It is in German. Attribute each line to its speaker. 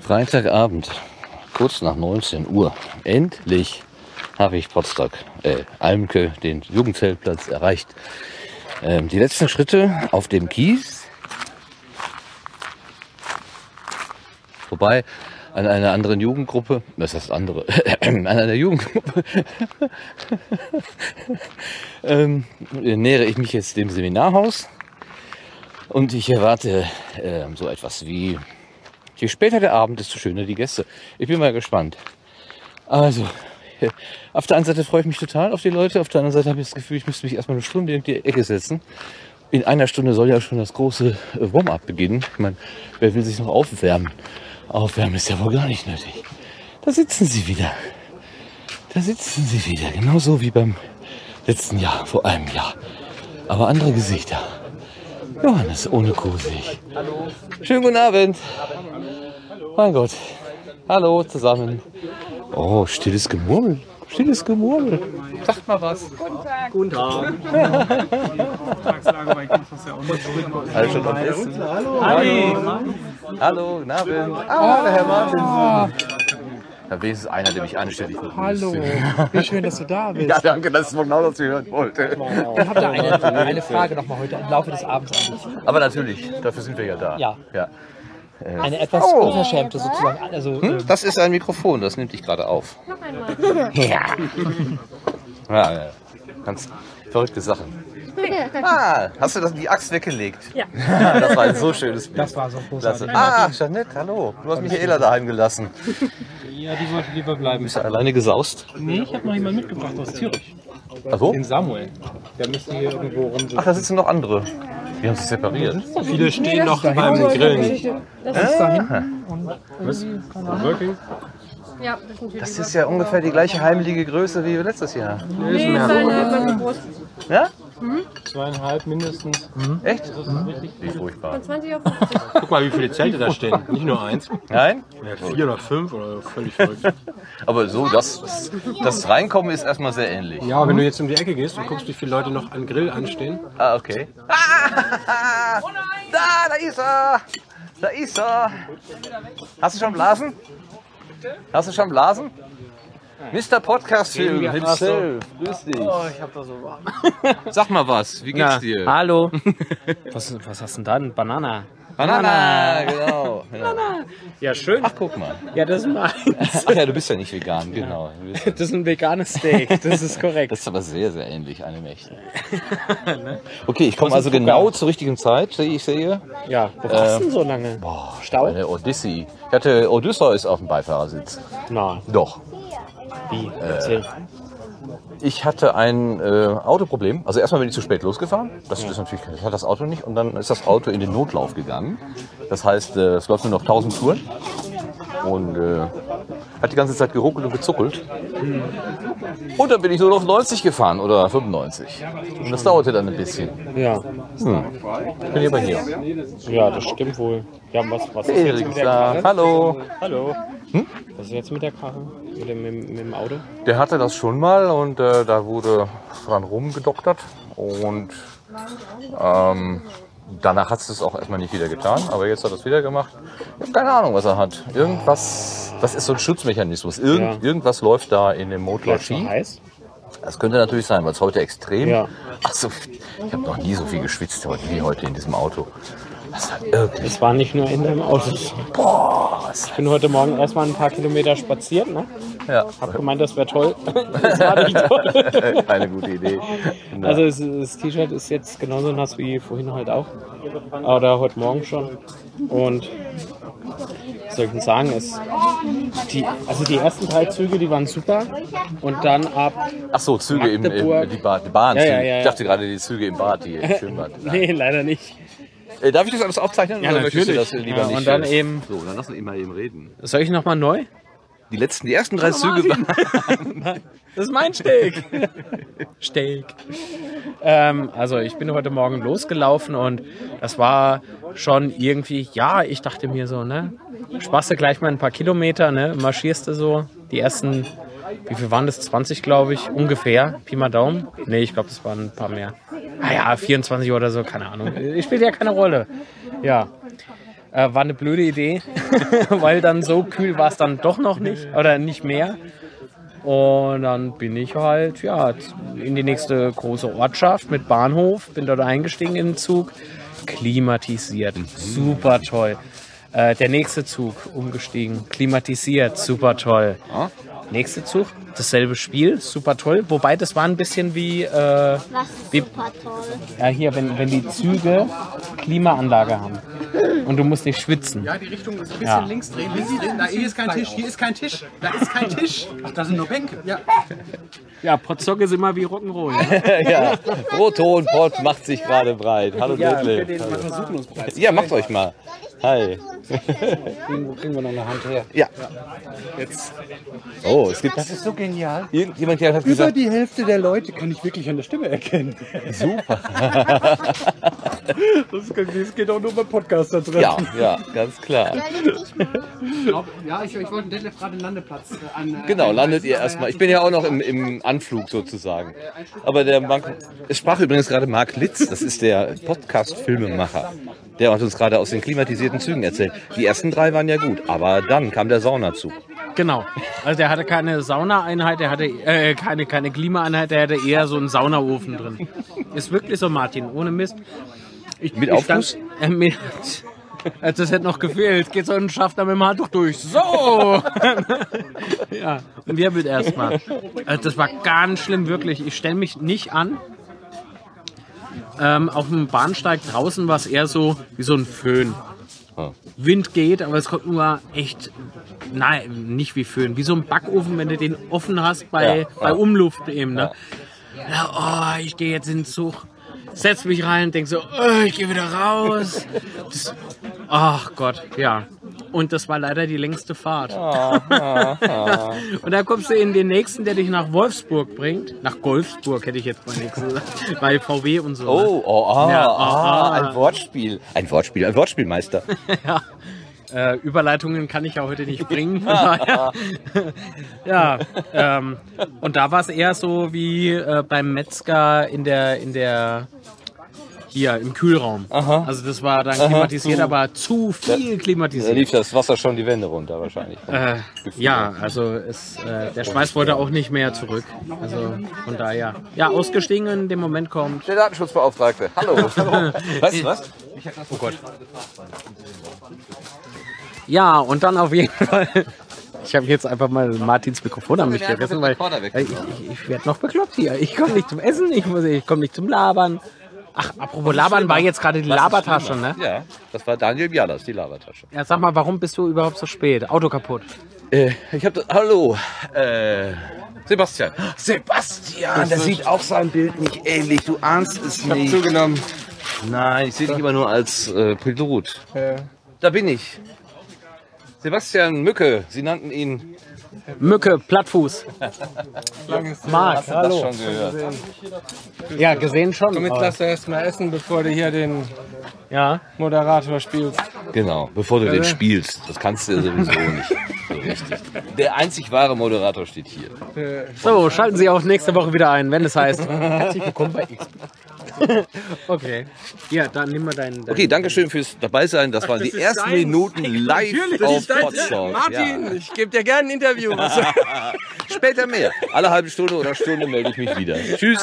Speaker 1: Freitagabend, kurz nach 19 Uhr, endlich habe ich Potsdam, äh, Almke, den Jugendzeltplatz erreicht. Ähm, die letzten Schritte auf dem Kies. Vorbei an einer anderen Jugendgruppe, das heißt andere, an einer Jugendgruppe, ähm, nähere ich mich jetzt dem Seminarhaus und ich erwarte ähm, so etwas wie, je später der Abend, desto schöner die Gäste. Ich bin mal gespannt. Also, auf der einen Seite freue ich mich total auf die Leute, auf der anderen Seite habe ich das Gefühl, ich müsste mich erstmal eine Stunde in die Ecke setzen. In einer Stunde soll ja schon das große äh, Warm-up beginnen. Ich meine, wer will sich noch aufwärmen? Aufwärmen ist ja wohl gar nicht nötig. Da sitzen sie wieder. Da sitzen sie wieder. Genauso wie beim letzten Jahr, vor einem Jahr. Aber andere Gesichter. Johannes ohne Kosig. Schönen guten Abend. Mein Gott. Hallo zusammen. Oh, stilles Gemurmel. Stilles Gemurmel. Sagt mal was.
Speaker 2: Auftragslage bei Kunst, was ja auch nicht so gut ist.
Speaker 1: Alles schon auf Essen. Hallo. Hallo, guten Abend. Ah, der Herr Martinsen. Da wenigstens einer, der mich anständig begrüßt.
Speaker 2: Hallo, wie schön, dass du da bist.
Speaker 1: Ja, danke, das ist genau das, was ich hören wollte.
Speaker 2: Ich habe da
Speaker 3: Oh.
Speaker 2: eine, eine Frage nochmal heute im Laufe des Abends an dich.
Speaker 1: Aber natürlich, dafür sind wir ja da.
Speaker 2: Ja.
Speaker 1: ja.
Speaker 2: Eine etwas
Speaker 3: Oh.
Speaker 2: unverschämte sozusagen. Also,
Speaker 3: Hm?
Speaker 2: ähm,
Speaker 1: Das ist ein Mikrofon, das nimmt dich gerade auf. Ja. ja, ja. Ganz verrückte Sachen. Ah, hast du das, die Axt weggelegt? Ja. das war ein so schönes Bild.
Speaker 2: das war so
Speaker 1: Klasse.
Speaker 2: großartig.
Speaker 1: Ah, Janette, hallo. Du hast Michaela daheim gelassen.
Speaker 4: Ja, die sollte lieber bleiben.
Speaker 1: Bist du alleine gesaust?
Speaker 4: Nee, ich habe noch jemanden mitgebracht aus Zürich.
Speaker 1: Ach so?
Speaker 4: Den Samuel. Der müsste hier irgendwo
Speaker 1: Ach,
Speaker 4: rumsitzen.
Speaker 1: da sitzen noch andere. Die haben sich separiert.
Speaker 4: Viele stehen noch beim Grillen. Wirklich?
Speaker 5: Ja, das ist natürlich.
Speaker 1: Das ist ja ungefähr die gleiche heimelige Größe wie letztes Jahr.
Speaker 5: nee, seine, meine Brust.
Speaker 1: Ja?
Speaker 4: Zweieinhalb mindestens.
Speaker 1: Echt? Wie furchtbar.
Speaker 5: 20 auf 50.
Speaker 4: Guck mal, wie viele Zelte da stehen. Nicht nur eins.
Speaker 1: Nein?
Speaker 4: Vier oder fünf oder völlig verrückt.
Speaker 1: Aber so, das, das Reinkommen ist erstmal sehr ähnlich.
Speaker 4: Ja, wenn du jetzt um die Ecke gehst und guckst, wie viele Leute noch an Grill anstehen.
Speaker 1: Ah, okay. Ah, da, da ist er! Da ist er! Hast du schon Blasen? Hast du schon Blasen? Mr. Podcast-Film himself, grüß dich.
Speaker 3: Ich hab da so warm.
Speaker 1: Sag mal was, wie geht's dir?
Speaker 3: Hallo. was, was hast du denn da? Eine Banana.
Speaker 1: Banana, genau. Banana.
Speaker 3: Ja, schön.
Speaker 1: Ach, guck mal.
Speaker 3: Ja, das ist mein.
Speaker 1: Ach ja, du bist ja nicht vegan, genau. Du bist ja-
Speaker 3: Das ist ein veganes Steak. Das ist korrekt.
Speaker 1: Das ist aber sehr, sehr ähnlich einem echten. Okay, ich komme also genau zur richtigen Zeit, wie ich sehe.
Speaker 3: Ja, wo warst du denn so lange? äh, Boah, Stau?
Speaker 1: Eine Odyssee. Ich hatte Odysseus auf dem Beifahrersitz.
Speaker 3: Na,
Speaker 1: Doch.
Speaker 3: wie? Erzähl.
Speaker 1: Ich hatte ein äh, Autoproblem. Also erstmal bin ich zu spät losgefahren. Das ist natürlich, das hat das Auto nicht. Und dann ist das Auto in den Notlauf gegangen. Das heißt, äh, es läuft nur noch 1000 Touren. Und äh, hat die ganze Zeit geruckelt und gezuckelt. Und dann bin ich nur noch 90 gefahren oder 95. Und das dauerte dann ein bisschen.
Speaker 3: Ja.
Speaker 1: Hm. Bin ich aber hier.
Speaker 3: ja, das stimmt wohl. Ja, was, was ist jetzt
Speaker 1: Erik
Speaker 3: mit
Speaker 1: ist
Speaker 3: der
Speaker 1: da.
Speaker 3: Karre?
Speaker 1: Hallo.
Speaker 3: Hallo. Was ist jetzt mit der Karre? Mit dem, mit, mit dem Auto?
Speaker 1: Der hatte das schon mal und äh, da wurde dran rumgedoktert und ähm, danach hat es das auch erstmal nicht wieder getan, aber jetzt hat er es wieder gemacht. Ich habe keine Ahnung, was er hat. Irgendwas, das ist so ein Schutzmechanismus. Irgend,
Speaker 3: Ja.
Speaker 1: Irgendwas läuft da in dem Motor
Speaker 3: Bleibst du
Speaker 1: schief.
Speaker 3: heiß?
Speaker 1: Das könnte natürlich sein, weil es heute extrem.
Speaker 3: Ja.
Speaker 1: Also, ich habe noch nie so viel geschwitzt heute wie heute in diesem Auto. Das war irgendwie.
Speaker 3: Das war nicht nur in dem Auto.
Speaker 1: Boah, was-
Speaker 3: Ich bin heute Morgen erstmal ein paar Kilometer spaziert, ne?
Speaker 1: ja.
Speaker 3: Hab gemeint, das wäre toll. Das war nicht toll.
Speaker 1: Keine gute Idee. Na.
Speaker 3: Also es, das T-Shirt ist jetzt genauso nass wie vorhin halt auch. Oder heute Morgen schon. Und was soll ich denn sagen, es, die, also die ersten drei Züge, die waren super. Und dann ab,
Speaker 1: Ach so, Züge im, im
Speaker 3: Magdeburg.
Speaker 1: die Bahn. Die Bahn
Speaker 3: Ja,
Speaker 1: Züge.
Speaker 3: ja, ja,
Speaker 1: Ich
Speaker 3: ja.
Speaker 1: dachte gerade die Züge im Bad, die im Schwimmbad.
Speaker 3: nee, leider nicht.
Speaker 1: Äh, darf ich das alles aufzeichnen?
Speaker 3: Ja,
Speaker 1: oder möchtest
Speaker 3: natürlich.
Speaker 1: Du das lieber
Speaker 3: Ja,
Speaker 1: nicht
Speaker 3: und dann
Speaker 1: äh,
Speaker 3: eben-
Speaker 1: So, dann lassen wir ihn mal eben reden.
Speaker 3: Soll ich nochmal neu?
Speaker 1: Die letzten, die ersten drei Züge waren.
Speaker 3: Das ist mein Steak. Steak. Ähm, also ich bin heute Morgen losgelaufen und das war schon irgendwie, ja, ich dachte mir so, ne, sparst du gleich mal ein paar Kilometer, ne, marschierst du so die ersten, wie viel waren das, 20 glaube ich, ungefähr, Pi mal Daumen. Nee, ich glaube, das waren ein paar mehr. Ah ja, 24 oder so, keine Ahnung, Äh, spielt ja keine Rolle. Ja, Äh, war eine blöde Idee, weil dann so kühl war es dann doch noch nicht oder nicht mehr. Und dann bin ich halt ja, in die nächste große Ortschaft mit Bahnhof, bin dort eingestiegen in den Zug, klimatisiert, super toll. Äh, der nächste Zug umgestiegen, klimatisiert, super toll. Nächster Zug, dasselbe Spiel, super toll. Wobei das war ein bisschen wie, äh,
Speaker 6: Was ist
Speaker 3: Wie-
Speaker 6: super toll.
Speaker 3: ja, hier, wenn, wenn die Züge Klimaanlage haben und du musst nicht schwitzen.
Speaker 7: Ja, die Richtung ist ein bisschen
Speaker 3: Ja.
Speaker 7: links drehen, links drehen. Da hier ist kein Tisch, hier ist kein Tisch, da ist kein Tisch. Ach, da sind nur Bänke. Ja.
Speaker 3: Ja, Potzocke ist immer wie Rock'n'Roll.
Speaker 1: Ja, Protonpott macht sich gerade breit. Hallo ja, Detlef. Ja, macht euch mal. Hi.
Speaker 4: Kriegen wir noch eine Hand her.
Speaker 1: Ja. Jetzt. Oh, es gibt. Das ist so genial. Irgendjemand der hat
Speaker 4: Über
Speaker 1: gesagt,
Speaker 4: die Hälfte der Leute kann ich wirklich an der Stimme erkennen. Super. das geht auch nur bei Podcastern drin.
Speaker 1: ja, ja, ganz klar.
Speaker 6: Soll ich dich mal?
Speaker 7: Ja, ich, ich wollte Detlef gerade einen Landeplatz äh, an. äh,
Speaker 1: Genau,
Speaker 7: an-
Speaker 1: landet ihr erstmal. Ich bin ja auch noch im, im Anflug sozusagen. Aber der Mark, es sprach übrigens gerade Mark Litz, das ist der Podcast-Filmemacher. Der hat uns gerade aus den klimatisierten Zügen erzählt. Die ersten drei waren ja gut, aber dann kam der Saunazug.
Speaker 3: Genau. Also der hatte keine Saunaeinheit, der hatte äh, keine, keine Klimaeinheit, der hatte eher so einen Saunaofen drin. Ist wirklich so, Martin, ohne Mist. Ich,
Speaker 1: Mit
Speaker 3: ich stand-
Speaker 1: Aufguss?
Speaker 3: Äh, mit, also das hätte noch gefehlt. Geht so ein Schaffner mit dem Handtuch durch. So! ja, und wir mit erstmal. Also das war ganz schlimm, wirklich. Ich stelle mich nicht an. Ähm, auf dem Bahnsteig draußen war es eher so wie so ein Föhn.
Speaker 1: Ah.
Speaker 3: Wind geht, aber es kommt nur echt, nein, nicht wie Föhn, wie so ein Backofen, wenn du den offen hast bei,
Speaker 1: Ja,
Speaker 3: bei
Speaker 1: ja.
Speaker 3: Umluft eben. Ne? Ja, oh, ich gehe jetzt in den Zug, setz mich rein, denk so, oh, ich gehe wieder raus. Das, ach Gott, ja. Und das war leider die längste Fahrt.
Speaker 1: Ah,
Speaker 3: Und dann kommst du in den nächsten, der dich nach Wolfsburg bringt. Nach Golfsburg hätte ich jetzt mal nichts gesagt. Bei VW und so. ne?
Speaker 1: Oh, oh, ah,
Speaker 3: Ja,
Speaker 1: ah,
Speaker 3: ah.
Speaker 1: ein Wortspiel. Ein Wortspiel, ein Wortspielmeister.
Speaker 3: Äh, Überleitungen kann ich ja heute nicht bringen. Von daher. ja, ähm, und da war es eher so wie äh, beim Metzger in der, in der hier im Kühlraum. Also das war dann klimatisiert, aber zu viel
Speaker 1: Da lief
Speaker 3: klimatisiert.
Speaker 1: das Wasser schon die Wände runter wahrscheinlich.
Speaker 3: Äh, ja, also es, äh, der Schweiß wollte auch nicht mehr zurück. Also von daher. Ja, ausgestiegen in dem Moment kommt.
Speaker 1: Der Datenschutzbeauftragte. Hallo. was, was?
Speaker 3: Ja, und dann auf jeden Fall. Ich habe jetzt einfach mal Martins Mikrofon an mich
Speaker 1: der hat
Speaker 3: gerissen,
Speaker 1: den
Speaker 3: weil
Speaker 1: Rekorder
Speaker 3: weil Äh, ich,
Speaker 1: weggenommen.
Speaker 3: ich, ich werde noch bekloppt hier. Ich komme nicht zum Essen, ich, muss- ich komme nicht zum Labern. Ach, apropos Labern war jetzt gerade die Labertasche, ne?
Speaker 1: Ja, das war Daniel Bialas, die Labertasche.
Speaker 3: Ja, sag mal, warum bist du überhaupt so spät? Auto kaputt.
Speaker 1: Äh, ich hab das, hallo, äh, Sebastian. Sebastian, der sieht auch sein Bild nicht ähnlich, du ahnst es nicht.
Speaker 4: Zugenommen.
Speaker 1: Nein, ich sehe dich immer nur als äh, Pilot. Da bin ich. Sebastian Mücke, sie nannten ihn.
Speaker 3: Mücke, Plattfuß. Marc,
Speaker 2: Oh.
Speaker 3: hallo.
Speaker 1: Schon gehört.
Speaker 3: Ja, gesehen schon.
Speaker 2: Damit
Speaker 3: aber-
Speaker 2: lass du erst mal essen, bevor du hier den
Speaker 3: Ja.
Speaker 2: Moderator spielst.
Speaker 1: Genau, bevor du den spielst, das kannst du ja sowieso nicht. So richtig. Der einzig wahre Moderator steht hier.
Speaker 3: So, schalten Sie auch nächste Woche wieder ein, wenn es heißt. Herzlich willkommen bei X. okay. Ja, dann nimm mal deinen. deinen
Speaker 1: Okay, danke schön fürs Dabeisein. Das waren
Speaker 2: das
Speaker 1: die
Speaker 2: ist
Speaker 1: ersten
Speaker 2: deins.
Speaker 1: Minuten live auf Potsdam.
Speaker 2: Martin, ich gebe dir gerne ein Interview.
Speaker 1: Ja. Später mehr. Alle halbe Stunde oder Stunde melde ich mich wieder. Tschüss.